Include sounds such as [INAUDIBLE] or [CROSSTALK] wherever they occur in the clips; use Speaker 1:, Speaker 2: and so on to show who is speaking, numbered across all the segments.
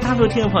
Speaker 1: 大陆听众朋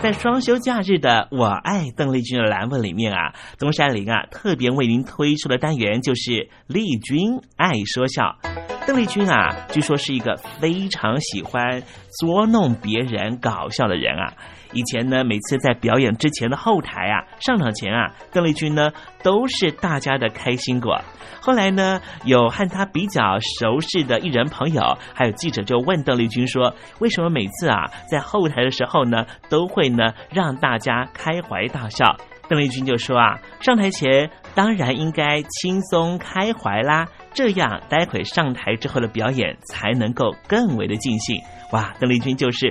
Speaker 1: 在双休假日的“我爱邓丽君”的栏目里面啊，东山林啊特别为您推出的单元就是“丽君爱说笑”。邓丽君啊，据说是一个非常喜欢捉弄别人、搞笑的人啊。以前呢，每次在表演之前的后台啊，上场前啊，邓丽君呢都是大家的开心果。后来呢，有和她比较熟识的艺人朋友，还有记者就问邓丽君说：“为什么每次啊在后台的时候呢，都会呢让大家开怀大笑？”邓丽君就说啊，上台前当然应该轻松开怀啦，这样待会上台之后的表演才能够更为的尽兴。哇，邓丽君就是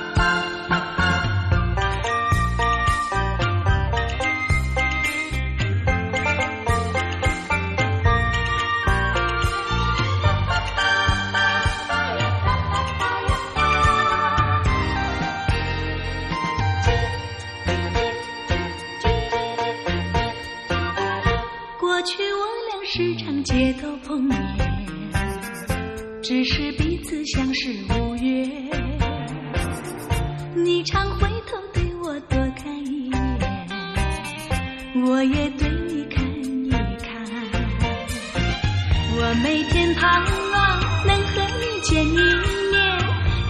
Speaker 2: 过去我俩时常街头碰面，只是彼此相识无缘。你常回头对我多看一眼，我也对你看一看。我每天盼望能和你见一面，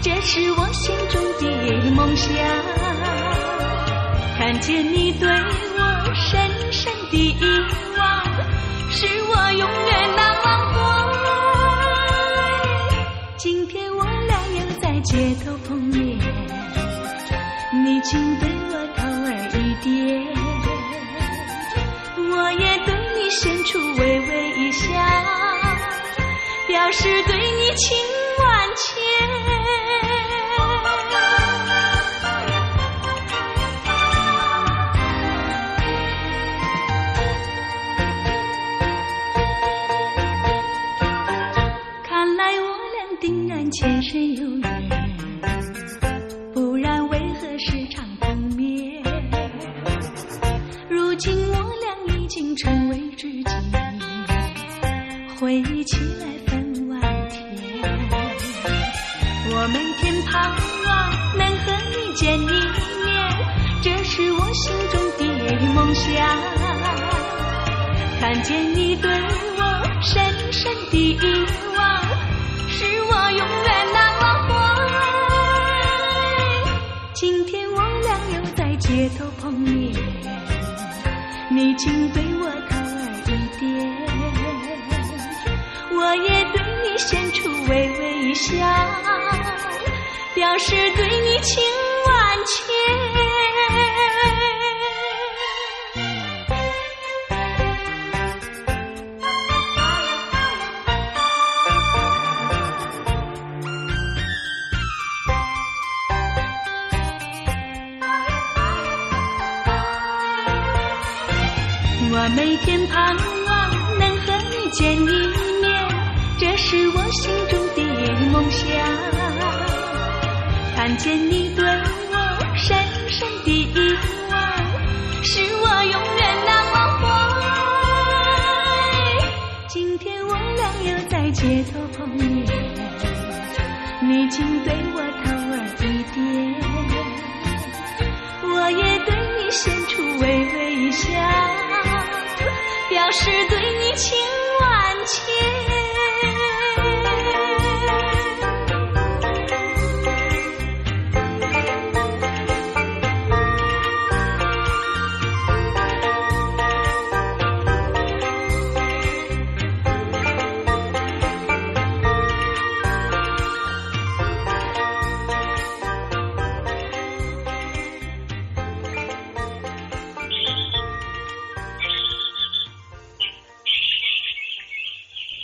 Speaker 2: 这是我心中的梦想。看见你对我深深的遗忘，是我永远难忘怀。我是对你情万千。看来我俩定然前世有缘，不然为何时常碰面？如今我俩已经成为知己，回忆起来分外甜。我每天盼望能和你见一面，这是我心中的梦想。看见你对我深深的遗忘，是我永远难忘怀。今天我俩又在街头碰面，你竟对我投而一点，我也对你献出微微一笑，表示对你情万千。我每天盼望能和你见一面，这是我心中的梦想。看见你对我深深的遗忘，是我永远难忘怀。今天我俩又在街头碰面，你竟对我投而一点，我也对你献出微微一笑。表示对你情万千。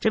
Speaker 1: 这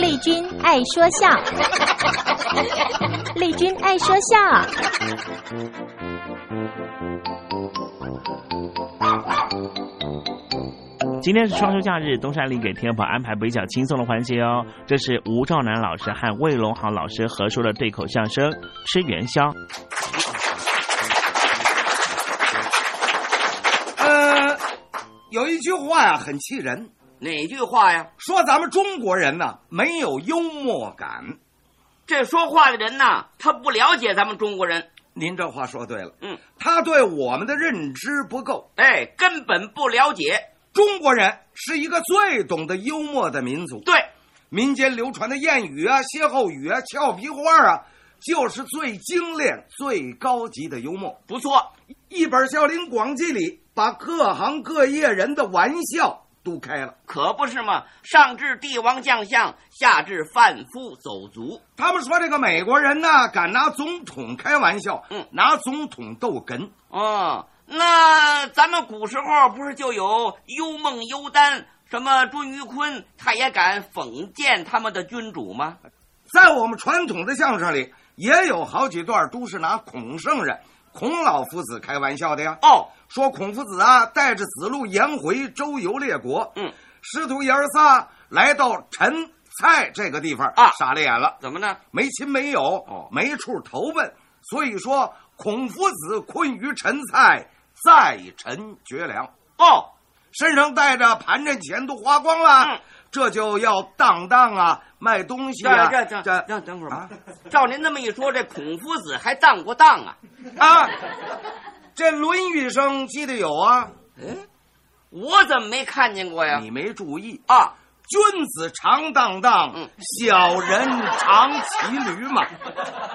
Speaker 3: 丽君爱说笑，丽君爱说笑，
Speaker 1: 今天是双休假日，东山林给天宝安排比较轻松的环节哦。这是吴兆南老师和魏龙豪老师合说的对口相声《吃元宵》。
Speaker 4: 呃，有一句话呀、很气人，
Speaker 5: 哪句话呀？
Speaker 4: 说咱们中国人呢、没有幽默感。
Speaker 5: 这说话的人呐，他不了解咱们中国人，
Speaker 4: 您这话说对了，
Speaker 5: 嗯，
Speaker 4: 他对我们的认知不够。
Speaker 5: 哎，根本不了解。
Speaker 4: 中国人是一个最懂得幽默的民族，
Speaker 5: 对，
Speaker 4: 民间流传的谚语啊、歇后语啊、俏皮话啊，就是最精炼、最高级的幽默。
Speaker 5: 不错，
Speaker 4: 一本《笑林广记》里，把各行各业人的玩笑都开了。
Speaker 5: 可不是嘛，上至帝王将相，下至贩夫走卒。
Speaker 4: 他们说这个美国人呢，敢拿总统开玩笑，嗯，拿总统逗哏。
Speaker 5: 哦，那咱们古时候不是就有幽梦幽丹，什么朱于坤，他也敢讽谏他们的君主吗？
Speaker 4: 在我们传统的相声里，也有好几段都是拿孔圣人、孔老夫子开玩笑的呀。
Speaker 5: 哦，
Speaker 4: 说孔夫子啊，带着子路、颜回周游列国，
Speaker 5: 嗯，
Speaker 4: 师徒爷儿仨来到陈蔡这个地方
Speaker 5: 啊，
Speaker 4: 傻了眼了，
Speaker 5: 怎么呢？
Speaker 4: 没亲没友，哦，没处投奔，所以说孔夫子困于陈蔡，再陈绝粮。
Speaker 5: 哦，
Speaker 4: 身上带着盘缠钱都花光了。
Speaker 5: 嗯
Speaker 4: 这就要当当啊，卖东西啊，
Speaker 5: 这
Speaker 4: 这啊
Speaker 5: 这这这等会儿吧。 [LAUGHS] 照您这么一说，这孔夫子还当过当啊？
Speaker 4: 啊，这《论语》上记得有啊，
Speaker 5: 哎我怎么没看见过呀？
Speaker 4: 你没注意
Speaker 5: 啊？嗯
Speaker 4: 君子常当当，小人常骑驴
Speaker 5: [LAUGHS]
Speaker 4: 嘛。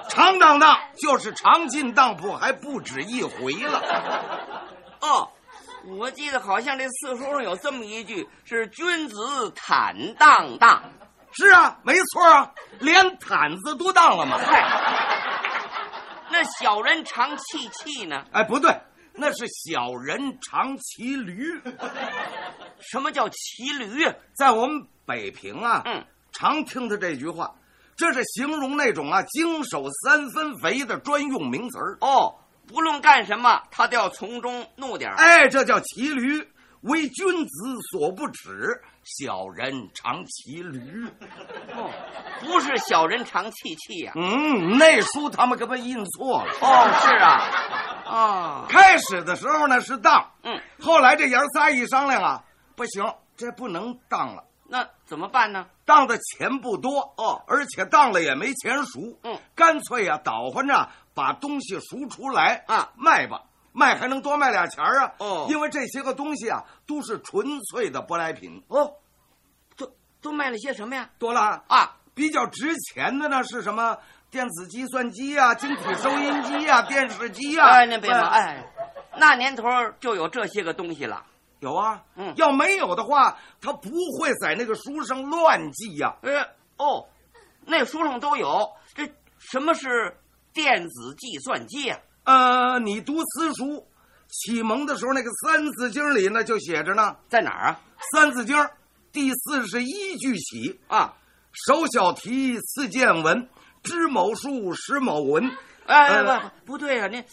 Speaker 4: 常当当就是常进当铺，还不止一回了。
Speaker 5: 哦，我记得好像这四书上有这么一句，是“君子坦荡荡
Speaker 4: 是啊，没错啊，连毯子都当了嘛。”。
Speaker 5: 那小人常戚戚呢？
Speaker 4: 哎，不对，那是小人常骑驴。
Speaker 5: 什么叫骑驴？啊
Speaker 4: 在我们北平啊，
Speaker 5: 嗯，
Speaker 4: 常听他这句话，这是形容那种啊经手三分肥的专用名词儿。
Speaker 5: 哦，不论干什么，他都要从中弄点儿。
Speaker 4: 哎，这叫骑驴，为君子所不齿，小人常骑驴。
Speaker 5: 哦，不是小人常戚戚呀、
Speaker 4: 嗯，那书他们给我印错了。
Speaker 5: 哦，是啊，啊、
Speaker 4: 开始的时候呢是当，
Speaker 5: 嗯，
Speaker 4: 后来这爷儿仨一商量啊，不行，这不能当了。
Speaker 5: 那怎么办呢？
Speaker 4: 当的钱不多
Speaker 5: 哦，
Speaker 4: 而且当了也没钱赎，
Speaker 5: 嗯，
Speaker 4: 干脆呀、倒换着把东西赎出来
Speaker 5: 啊
Speaker 4: 卖吧，卖还能多卖俩钱儿啊，
Speaker 5: 哦
Speaker 4: 因为这些个东西啊都是纯粹的舶来品，
Speaker 5: 哦，都都卖了些什么呀？
Speaker 4: 多了
Speaker 5: 啊，
Speaker 4: 比较值钱的呢是什么？电子计算机啊，晶体收音机啊，电视机啊，
Speaker 5: 哎，那别忙，
Speaker 4: 呃，
Speaker 5: 哎，那年头儿就有这些个东西了。
Speaker 4: 有啊，
Speaker 5: 嗯
Speaker 4: 要没有的话，他不会在那个书上乱记呀、
Speaker 5: 呃，哦，那书上都有。这什么是电子计算机呀、
Speaker 4: 呃，你读私塾，启蒙的时候那个《三字经》里呢就写着呢，
Speaker 5: 在哪儿啊？
Speaker 4: 《三字经》第四十一句起
Speaker 5: 啊，：“
Speaker 4: 手小题，似见闻，知某树，识某文。
Speaker 5: 哎，哎
Speaker 4: 呃
Speaker 5: 不不对呀、那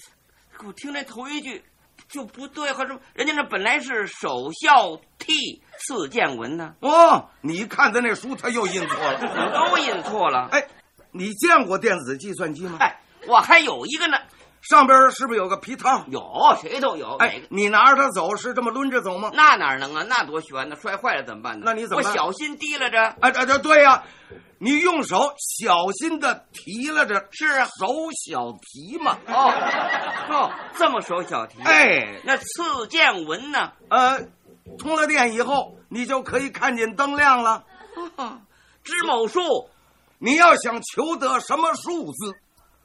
Speaker 5: 我听这头一句就不对，和什么？人家那本来是首孝悌次见闻呢，”
Speaker 4: 哦，你看的那书他又印错
Speaker 5: 怎
Speaker 4: 了。
Speaker 5: 么都印错了？
Speaker 4: 哎，你见过电子计算机吗？
Speaker 5: 哎，我还有一个呢，
Speaker 4: 上边是不是有个皮套？
Speaker 5: 有谁都有，哪
Speaker 4: 哎
Speaker 5: 个，？
Speaker 4: 你拿着它走是这么抡着走吗？
Speaker 5: 那哪能啊？那多悬呢！摔坏了怎么办呢？
Speaker 4: 那你怎么
Speaker 5: 我
Speaker 4: 办
Speaker 5: 小心提拉着。
Speaker 4: 哎，这这对呀、你用手小心的提拉着，
Speaker 5: 是啊，
Speaker 4: 手小提嘛。
Speaker 5: 哦，哦，这么手小提。，啊
Speaker 4: 哎，
Speaker 5: 那次见闻呢？
Speaker 4: 呃，通了电以后，你就可以看见灯亮了。
Speaker 5: 哦知某树，
Speaker 4: 你要想求得什么数字，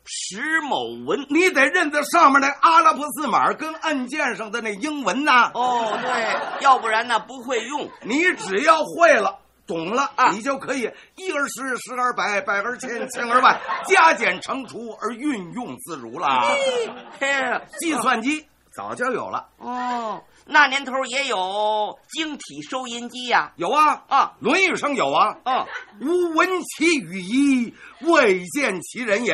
Speaker 5: 识某文。
Speaker 4: 你得认得上面那阿拉伯字母跟按键上的那英文呐。
Speaker 5: 哦，对，要不然呢不会用。
Speaker 4: 你只要会了。懂了
Speaker 5: 啊
Speaker 4: 你就可以一而十，十而百，百而千，千而万，加减乘除而运用自如了 [LAUGHS] 啊。
Speaker 5: 嘿，
Speaker 4: 计算机早就有了，
Speaker 5: [LAUGHS] 哦，那年头也有晶体收音机呀、
Speaker 4: 有啊，《
Speaker 5: 啊，
Speaker 4: 论语》上有啊。
Speaker 5: 哦，
Speaker 4: 吾闻其语矣，未见其人
Speaker 5: [LAUGHS]
Speaker 4: 也。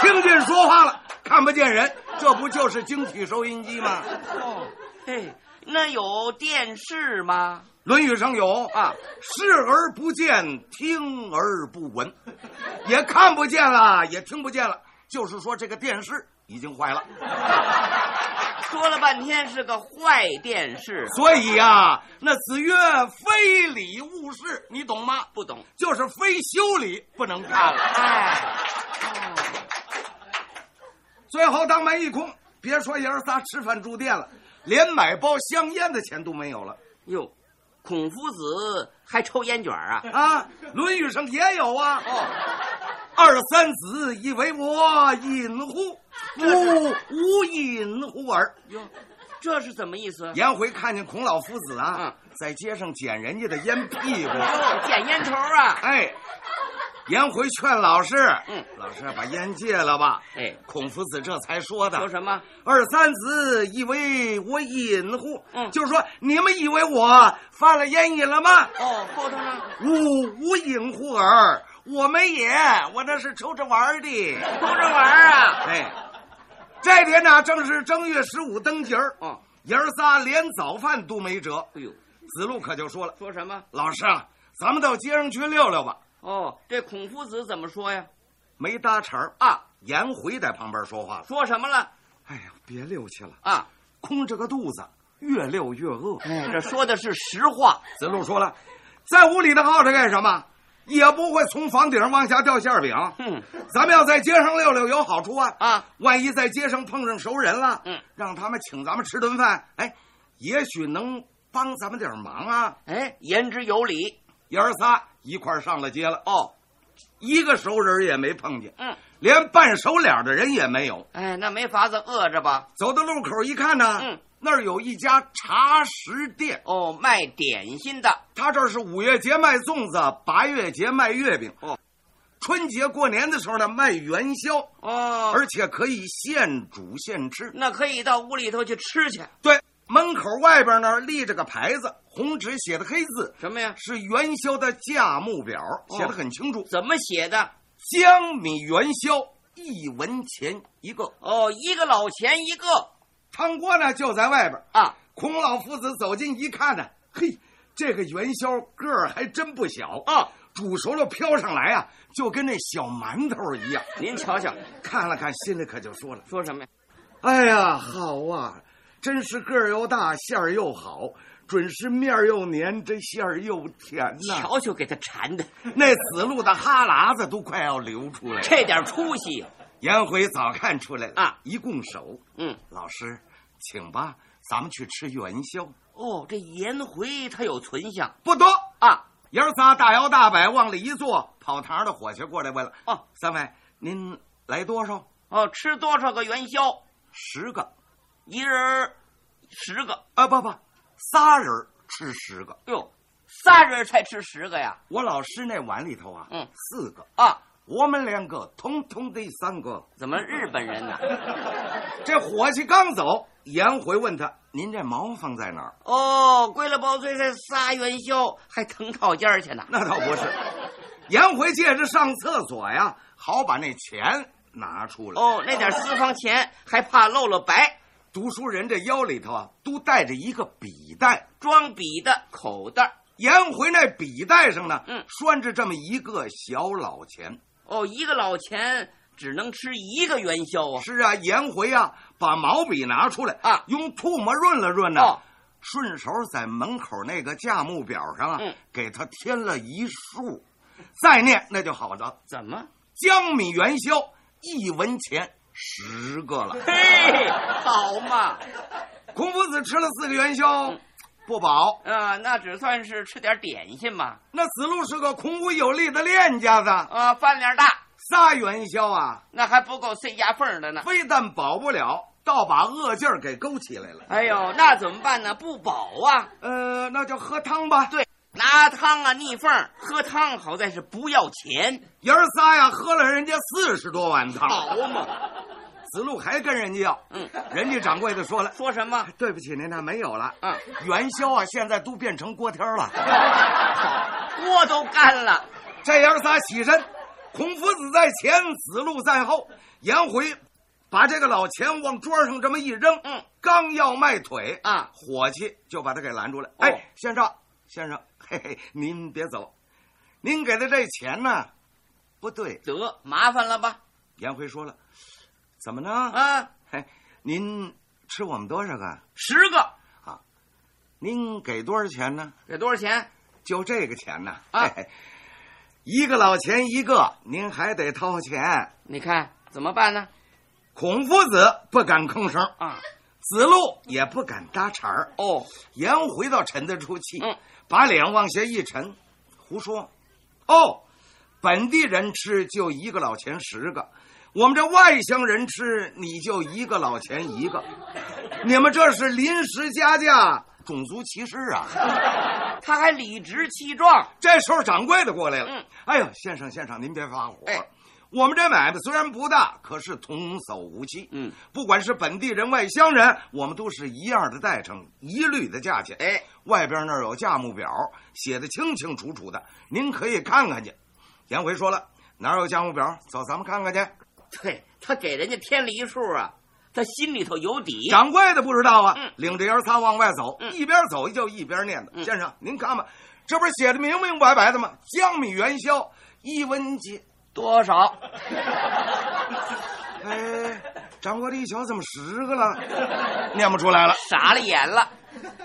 Speaker 4: 听见说话了，看不见人，这不就是晶体收音机吗？
Speaker 5: 哦，嘿，那有电视吗？
Speaker 4: 《论语》上有
Speaker 5: 啊，
Speaker 4: 视而不见，听而不闻，也看不见了，也听不见了。就是说，这个电视已经坏了。
Speaker 5: 说了半天是个坏电视，
Speaker 4: 所以呀、那子曰：“非礼勿视”，你懂吗？
Speaker 5: 不懂。
Speaker 4: 就是非修理不能看
Speaker 5: 啊，
Speaker 4: 了。
Speaker 5: 哎，
Speaker 4: 最后当门一空，别说爷儿仨吃饭住店了，连买包香烟的钱都没有了
Speaker 5: 哟，孔夫子还抽烟卷儿啊？
Speaker 4: 啊！《论语》上也有啊。
Speaker 5: 哦，
Speaker 4: 二三子以为我隐乎？吾吾隐乎耳。
Speaker 5: 哟，这是怎么意思？
Speaker 4: 颜回看见孔老夫子啊，
Speaker 1: 在街上捡人家的烟屁股，
Speaker 5: 捡烟头啊！
Speaker 1: 哎，颜回劝老师：“嗯，老师把烟戒了吧。”
Speaker 5: 哎，
Speaker 1: 孔夫子这才说的。
Speaker 5: 说什么？
Speaker 1: 二三子以为我饮乎？嗯，就是说你们以为我犯了烟瘾了吗？
Speaker 5: 哦，后头呢？
Speaker 1: 吾无饮乎耳，我没饮，我那是抽着玩的，
Speaker 5: 抽着玩啊！
Speaker 1: 哎，这天呢，正是正月十五灯节儿。
Speaker 5: 哦。
Speaker 1: 爷儿仨连早饭都没辙。
Speaker 5: 哎呦，
Speaker 1: 子路可就说了，
Speaker 5: 说什么？
Speaker 1: 老师啊，咱们到街上去溜溜吧。
Speaker 5: 哦，这孔夫子怎么说呀？
Speaker 1: 没搭茬儿
Speaker 5: 啊。
Speaker 1: 颜回在旁边说话了，
Speaker 5: 说什么了？
Speaker 1: 哎呀，别溜去了
Speaker 5: 啊，
Speaker 1: 空着个肚子，越溜越饿。
Speaker 5: 哎，这说的是实话。
Speaker 1: 子路说了，在屋里头耗着干什么？也不会从房顶上往下掉馅饼。
Speaker 5: 嗯，
Speaker 1: 咱们要在街上溜溜有好处啊！
Speaker 5: 啊，
Speaker 1: 万一在街上碰上熟人了，
Speaker 5: 嗯，
Speaker 1: 让他们请咱们吃顿饭，哎，也许能帮咱们点忙啊！
Speaker 5: 哎，言之有理。
Speaker 1: 爷儿仨一块上了街了，
Speaker 5: 哦，
Speaker 1: 一个熟人也没碰见，
Speaker 5: 嗯，
Speaker 1: 连半熟脸的人也没有。
Speaker 5: 哎，那没法子，饿着吧。
Speaker 1: 走到路口一看呢，
Speaker 5: 嗯，
Speaker 1: 那儿有一家茶食店，
Speaker 5: 哦，卖点心的。
Speaker 1: 他这是五月节卖粽子，八月节卖月饼，
Speaker 5: 哦，
Speaker 1: 春节过年的时候呢卖元宵。
Speaker 5: 哦，
Speaker 1: 而且可以现煮现吃。
Speaker 5: 那可以到屋里头去吃去。
Speaker 1: 对，门口外边呢立着个牌子，红纸写的黑字，
Speaker 5: 什么呀？哦
Speaker 1: 是元宵的价目表，写的很清楚。
Speaker 5: 怎么写的？
Speaker 1: 江米元宵一文钱一个，
Speaker 5: 哦，一个老钱一个
Speaker 1: 汤锅呢就在外边。
Speaker 5: 啊。
Speaker 1: 孔老夫子走近一看呢，嘿，这个元宵个儿还真不小
Speaker 5: 啊！
Speaker 1: 煮熟了飘上来啊，就跟那小馒头一样。
Speaker 5: 您瞧瞧，
Speaker 1: 看了看，心里可就说了。
Speaker 5: 说什么呀？
Speaker 1: 哎呀，好啊，真是个儿又大，馅儿又好，准是面儿又黏，这馅儿又甜呐、
Speaker 5: 瞧瞧，给他馋的，
Speaker 1: 那死路的哈喇子都快要流出来了。
Speaker 5: 这点出息。
Speaker 1: 颜回早看出来了
Speaker 5: 啊，
Speaker 1: 一拱手，
Speaker 5: 嗯，
Speaker 1: 老师，请吧，咱们去吃元宵。
Speaker 5: 哦，这颜回他有存性
Speaker 1: 不多，
Speaker 5: 啊。
Speaker 1: 爷儿仨大摇大摆往里一坐，跑堂的伙计过来问了：“
Speaker 5: 哦，
Speaker 1: 三位，您来多少？
Speaker 5: 哦，吃多少个元宵？
Speaker 1: 十个？
Speaker 5: 一人儿十个。
Speaker 1: 啊，不不，仨人儿吃十个。
Speaker 5: 哟，仨人才吃十个呀？
Speaker 1: 我老师那碗里头啊，
Speaker 5: 嗯
Speaker 1: 四个
Speaker 5: 啊，
Speaker 1: 我们两个通通得三个。
Speaker 5: 怎么日本人呢？
Speaker 1: 这伙计刚走，颜回问他：“您这茅房在哪儿
Speaker 5: 哦，归了包醉才仨元宵，还腾套间儿去呢？”。
Speaker 1: 那倒不是，颜回借着上厕所呀，好把那钱拿出来。
Speaker 5: 哦，那点私房钱还怕漏了白，
Speaker 1: 读书人这腰里头啊，都带着一个笔袋，
Speaker 5: 装笔的口袋。
Speaker 1: 颜回那笔袋上呢，
Speaker 5: 嗯
Speaker 1: 拴着这么一个小老钱。
Speaker 5: 哦，一个老钱只能吃一个元宵啊！
Speaker 1: 是啊，颜回啊，把毛笔拿出来
Speaker 5: 啊
Speaker 1: 用唾沫润了润呢、
Speaker 5: 哦
Speaker 1: 顺手在门口那个价目表上啊，
Speaker 5: 嗯
Speaker 1: 给他添了一竖，再念那就好了。
Speaker 5: 怎么？
Speaker 1: 江米元宵一文钱十个了。
Speaker 5: 嘿，好嘛！嗯
Speaker 1: 孔夫子吃了四个元宵，不饱。
Speaker 5: 啊，那只算是吃点点心嘛。
Speaker 1: 那子路是个孔武有力的练家子，
Speaker 5: 啊，饭量大，
Speaker 1: 仨元宵啊，
Speaker 5: 那还不够塞牙缝儿的呢。
Speaker 1: 非但饱不了，倒把饿劲儿给勾起来了。
Speaker 5: 哎呦，那怎么办呢？不饱啊！
Speaker 1: 呃，那就喝汤吧。
Speaker 5: 对，拿汤啊，逆缝儿喝汤，好在是不要钱。
Speaker 1: 爷儿仨呀，喝了人家四十多碗汤。
Speaker 5: 好嘛！
Speaker 1: 子路还跟人家要，
Speaker 5: 嗯，
Speaker 1: [LAUGHS] 人家掌柜的说了，
Speaker 5: 说什么？
Speaker 1: 对不起您呐，没有了。
Speaker 5: 嗯，
Speaker 1: 元宵啊，现在都变成锅贴儿了。
Speaker 5: 锅都干了。
Speaker 1: 这爷儿仨起身，孔夫子在前，子路在后。颜回把这个老钱往桌上这么一扔，
Speaker 5: 嗯，
Speaker 1: 刚要迈腿
Speaker 5: 啊
Speaker 1: 伙计就把他给拦住了。
Speaker 5: 哦
Speaker 1: 哎，先生，先生，嘿嘿，您别走，您给的这钱呢，不对。
Speaker 5: 得麻烦了吧？
Speaker 1: 颜回说了，怎么呢？
Speaker 5: 啊，
Speaker 1: 哎，您吃我们多少个？
Speaker 5: 十个
Speaker 1: 您给多少钱呢？
Speaker 5: 给多少钱？
Speaker 1: 就这个钱呢？
Speaker 5: 啊
Speaker 1: 嘿嘿一个老钱一个，您还得掏钱。
Speaker 5: 你看怎么办呢？
Speaker 1: 孔夫子不敢吭声，
Speaker 5: 啊，
Speaker 1: 子路也不敢搭茬儿。
Speaker 5: 哦，
Speaker 1: 颜回倒沉得住气，
Speaker 5: 嗯
Speaker 1: 把脸往下一沉，胡说。哦，本地人吃就一个老钱十个，我们这外乡人吃你就一个老钱一个，你们这是临时加价，
Speaker 4: 种族歧视啊！
Speaker 5: 他还理直气壮。
Speaker 4: 这时候掌柜的过来了，嗯，哎呦，先生先生，您别发火。哎我们这买卖虽然不大，可是童叟无欺。嗯，不管是本地人、外乡人，我们都是一样的待称，一律的价钱。哎，外边那儿有价目表，写的清清楚楚的，您可以看看去。颜回说了，哪有价目表？走，咱们看看去。
Speaker 5: [LAUGHS] 对他给人家添了一数啊，他心里头有底。
Speaker 4: 掌柜的不知道啊，嗯、领着烟仨往外走，嗯、一边走就一边念叨：“嗯、先生，您看吧，这不是写的明明白白的吗？江米元宵一文钱。”
Speaker 5: 多少？
Speaker 4: [LAUGHS] 哎，掌柜的一瞧，怎么十个了？念不出来了，
Speaker 5: 傻了眼了。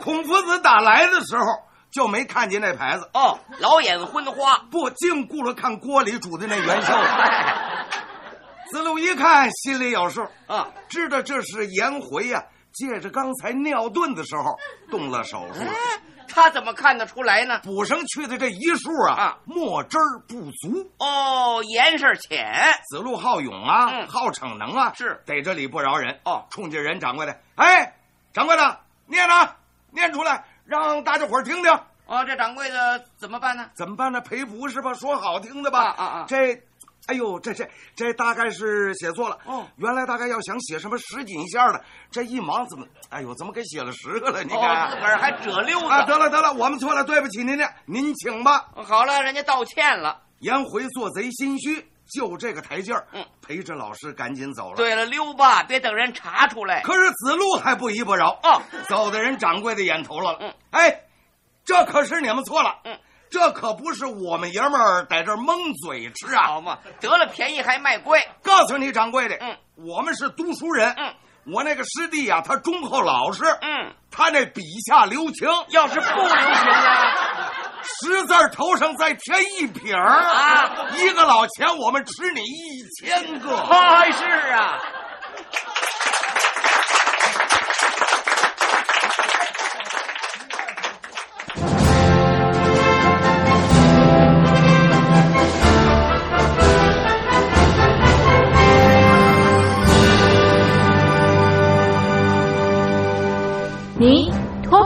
Speaker 4: 孔夫子打来的时候就没看见那牌子
Speaker 5: 哦，老眼昏花，
Speaker 4: 不净顾着看锅里煮的那元宵了。子路一看，心里有数啊，知道这是颜回呀、啊，借着刚才尿遁的时候动了手术。哎
Speaker 5: 他怎么看得出来呢？
Speaker 4: 补上去的这一数啊，啊墨汁儿不足
Speaker 5: 哦，颜色浅。
Speaker 4: 子路好勇啊，嗯、好逞能啊，
Speaker 5: 是
Speaker 4: 逮这理不饶人哦。冲进人掌柜的，哎，掌柜的念啊，念出来，让大家伙儿听听。
Speaker 5: 哦，这掌柜的怎么办呢？
Speaker 4: 怎么办呢？赔不是吧？说好听的吧？
Speaker 5: 啊啊啊！
Speaker 4: 这，哎呦，这这这大概是写错了。哦，原来大概要想写什么十锦馅的，这一忙怎么，哎呦，怎么给写了十 [LAUGHS] 个了？你看、啊，
Speaker 5: 自个哦儿还折溜子。
Speaker 4: 啊，得了得
Speaker 2: 哦
Speaker 4: 了，我们错了，对不起您了，您请吧。
Speaker 5: 嗯好了，人家道歉了。
Speaker 4: 颜回做贼心虚，就这个台阶儿，嗯，陪着老师赶紧走了。
Speaker 5: 对了，溜吧，别等人查出来。
Speaker 4: 可是子路还不依不饶啊
Speaker 5: 哦，
Speaker 4: 走的人掌柜的眼头了。嗯，哎。这可是你们错了，
Speaker 5: 嗯，
Speaker 4: 这可不是我们爷们儿在这蒙嘴吃啊！
Speaker 5: 好嘛，得了便宜还卖乖。
Speaker 4: 告诉你，掌柜的，
Speaker 5: 嗯，
Speaker 4: 我们是读书人，
Speaker 5: 嗯，
Speaker 4: 哎我那个师弟呀、啊，他忠厚老实，
Speaker 5: 嗯，
Speaker 4: 他那笔下留情，
Speaker 5: 要是不留情啊，
Speaker 4: [LAUGHS] 十字头上再添一撇儿
Speaker 5: 啊，
Speaker 4: 一个老钱我们吃你一千
Speaker 5: [LAUGHS]
Speaker 4: 个。
Speaker 5: 啊，是啊。
Speaker 6: 您脱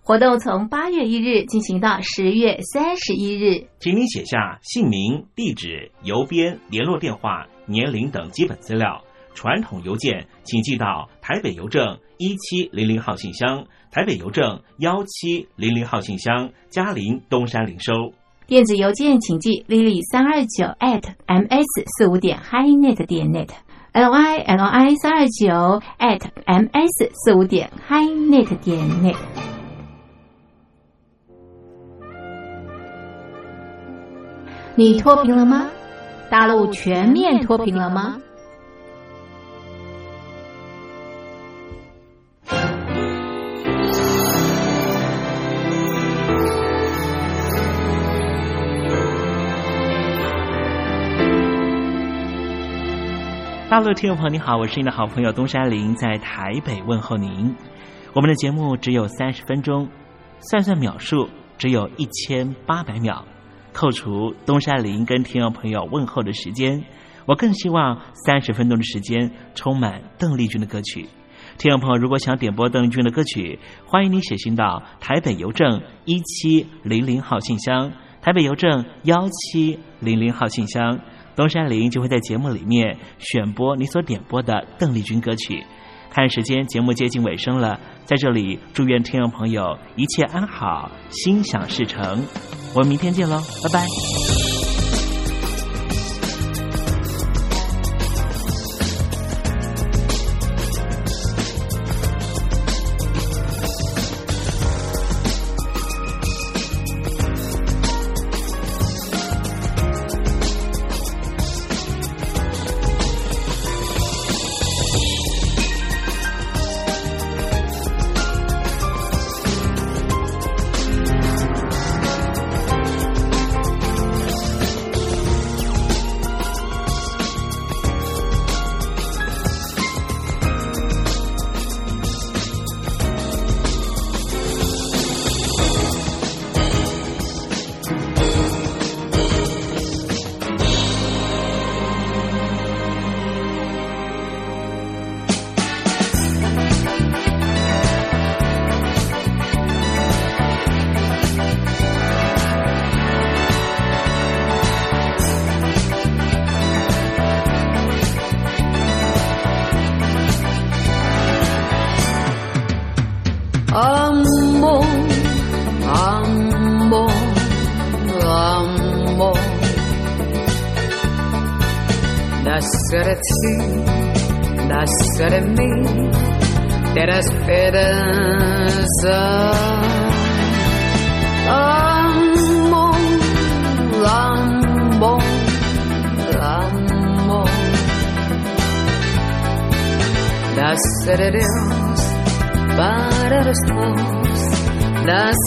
Speaker 6: 活动从八月一日进行到十月三十一日，
Speaker 1: 请您写下姓名、地址、邮编、联络电话、年龄等基本资料。传统邮件请寄到台北邮政一七零零号信箱，台北邮政幺七零零号信箱，嘉陵东山零收。
Speaker 6: 电子邮件请寄 lily 三二九 at m s 四五点 highnet 点 net l y l i 三二九 at m s 四五点 highnet 点 net。你脱贫了吗？大陆全面脱贫了吗？
Speaker 1: 大陆听众朋友，你好，我是你的好朋友东山林，在台北问候您。我们的节目只有三十分钟，算算秒数只有一千八百秒，扣除东山林跟听众朋友问候的时间，我更希望三十分钟的时间充满邓丽君的歌曲。听众朋友，如果想点播邓丽君的歌曲，欢迎您写信到台北邮政一七零零号信箱，台北邮政幺七零零号信箱。东山林就会在节目里面选播你所点播的邓丽君歌曲。看时间，节目接近尾声了，在这里祝愿听众朋友一切安好，心想事成。我们明天见喽，拜拜。
Speaker 7: Amor, amor, amor Nascer de ti, nascer de mim Ter esperança Amor, amor, amor Nascer de Deus para los dos, las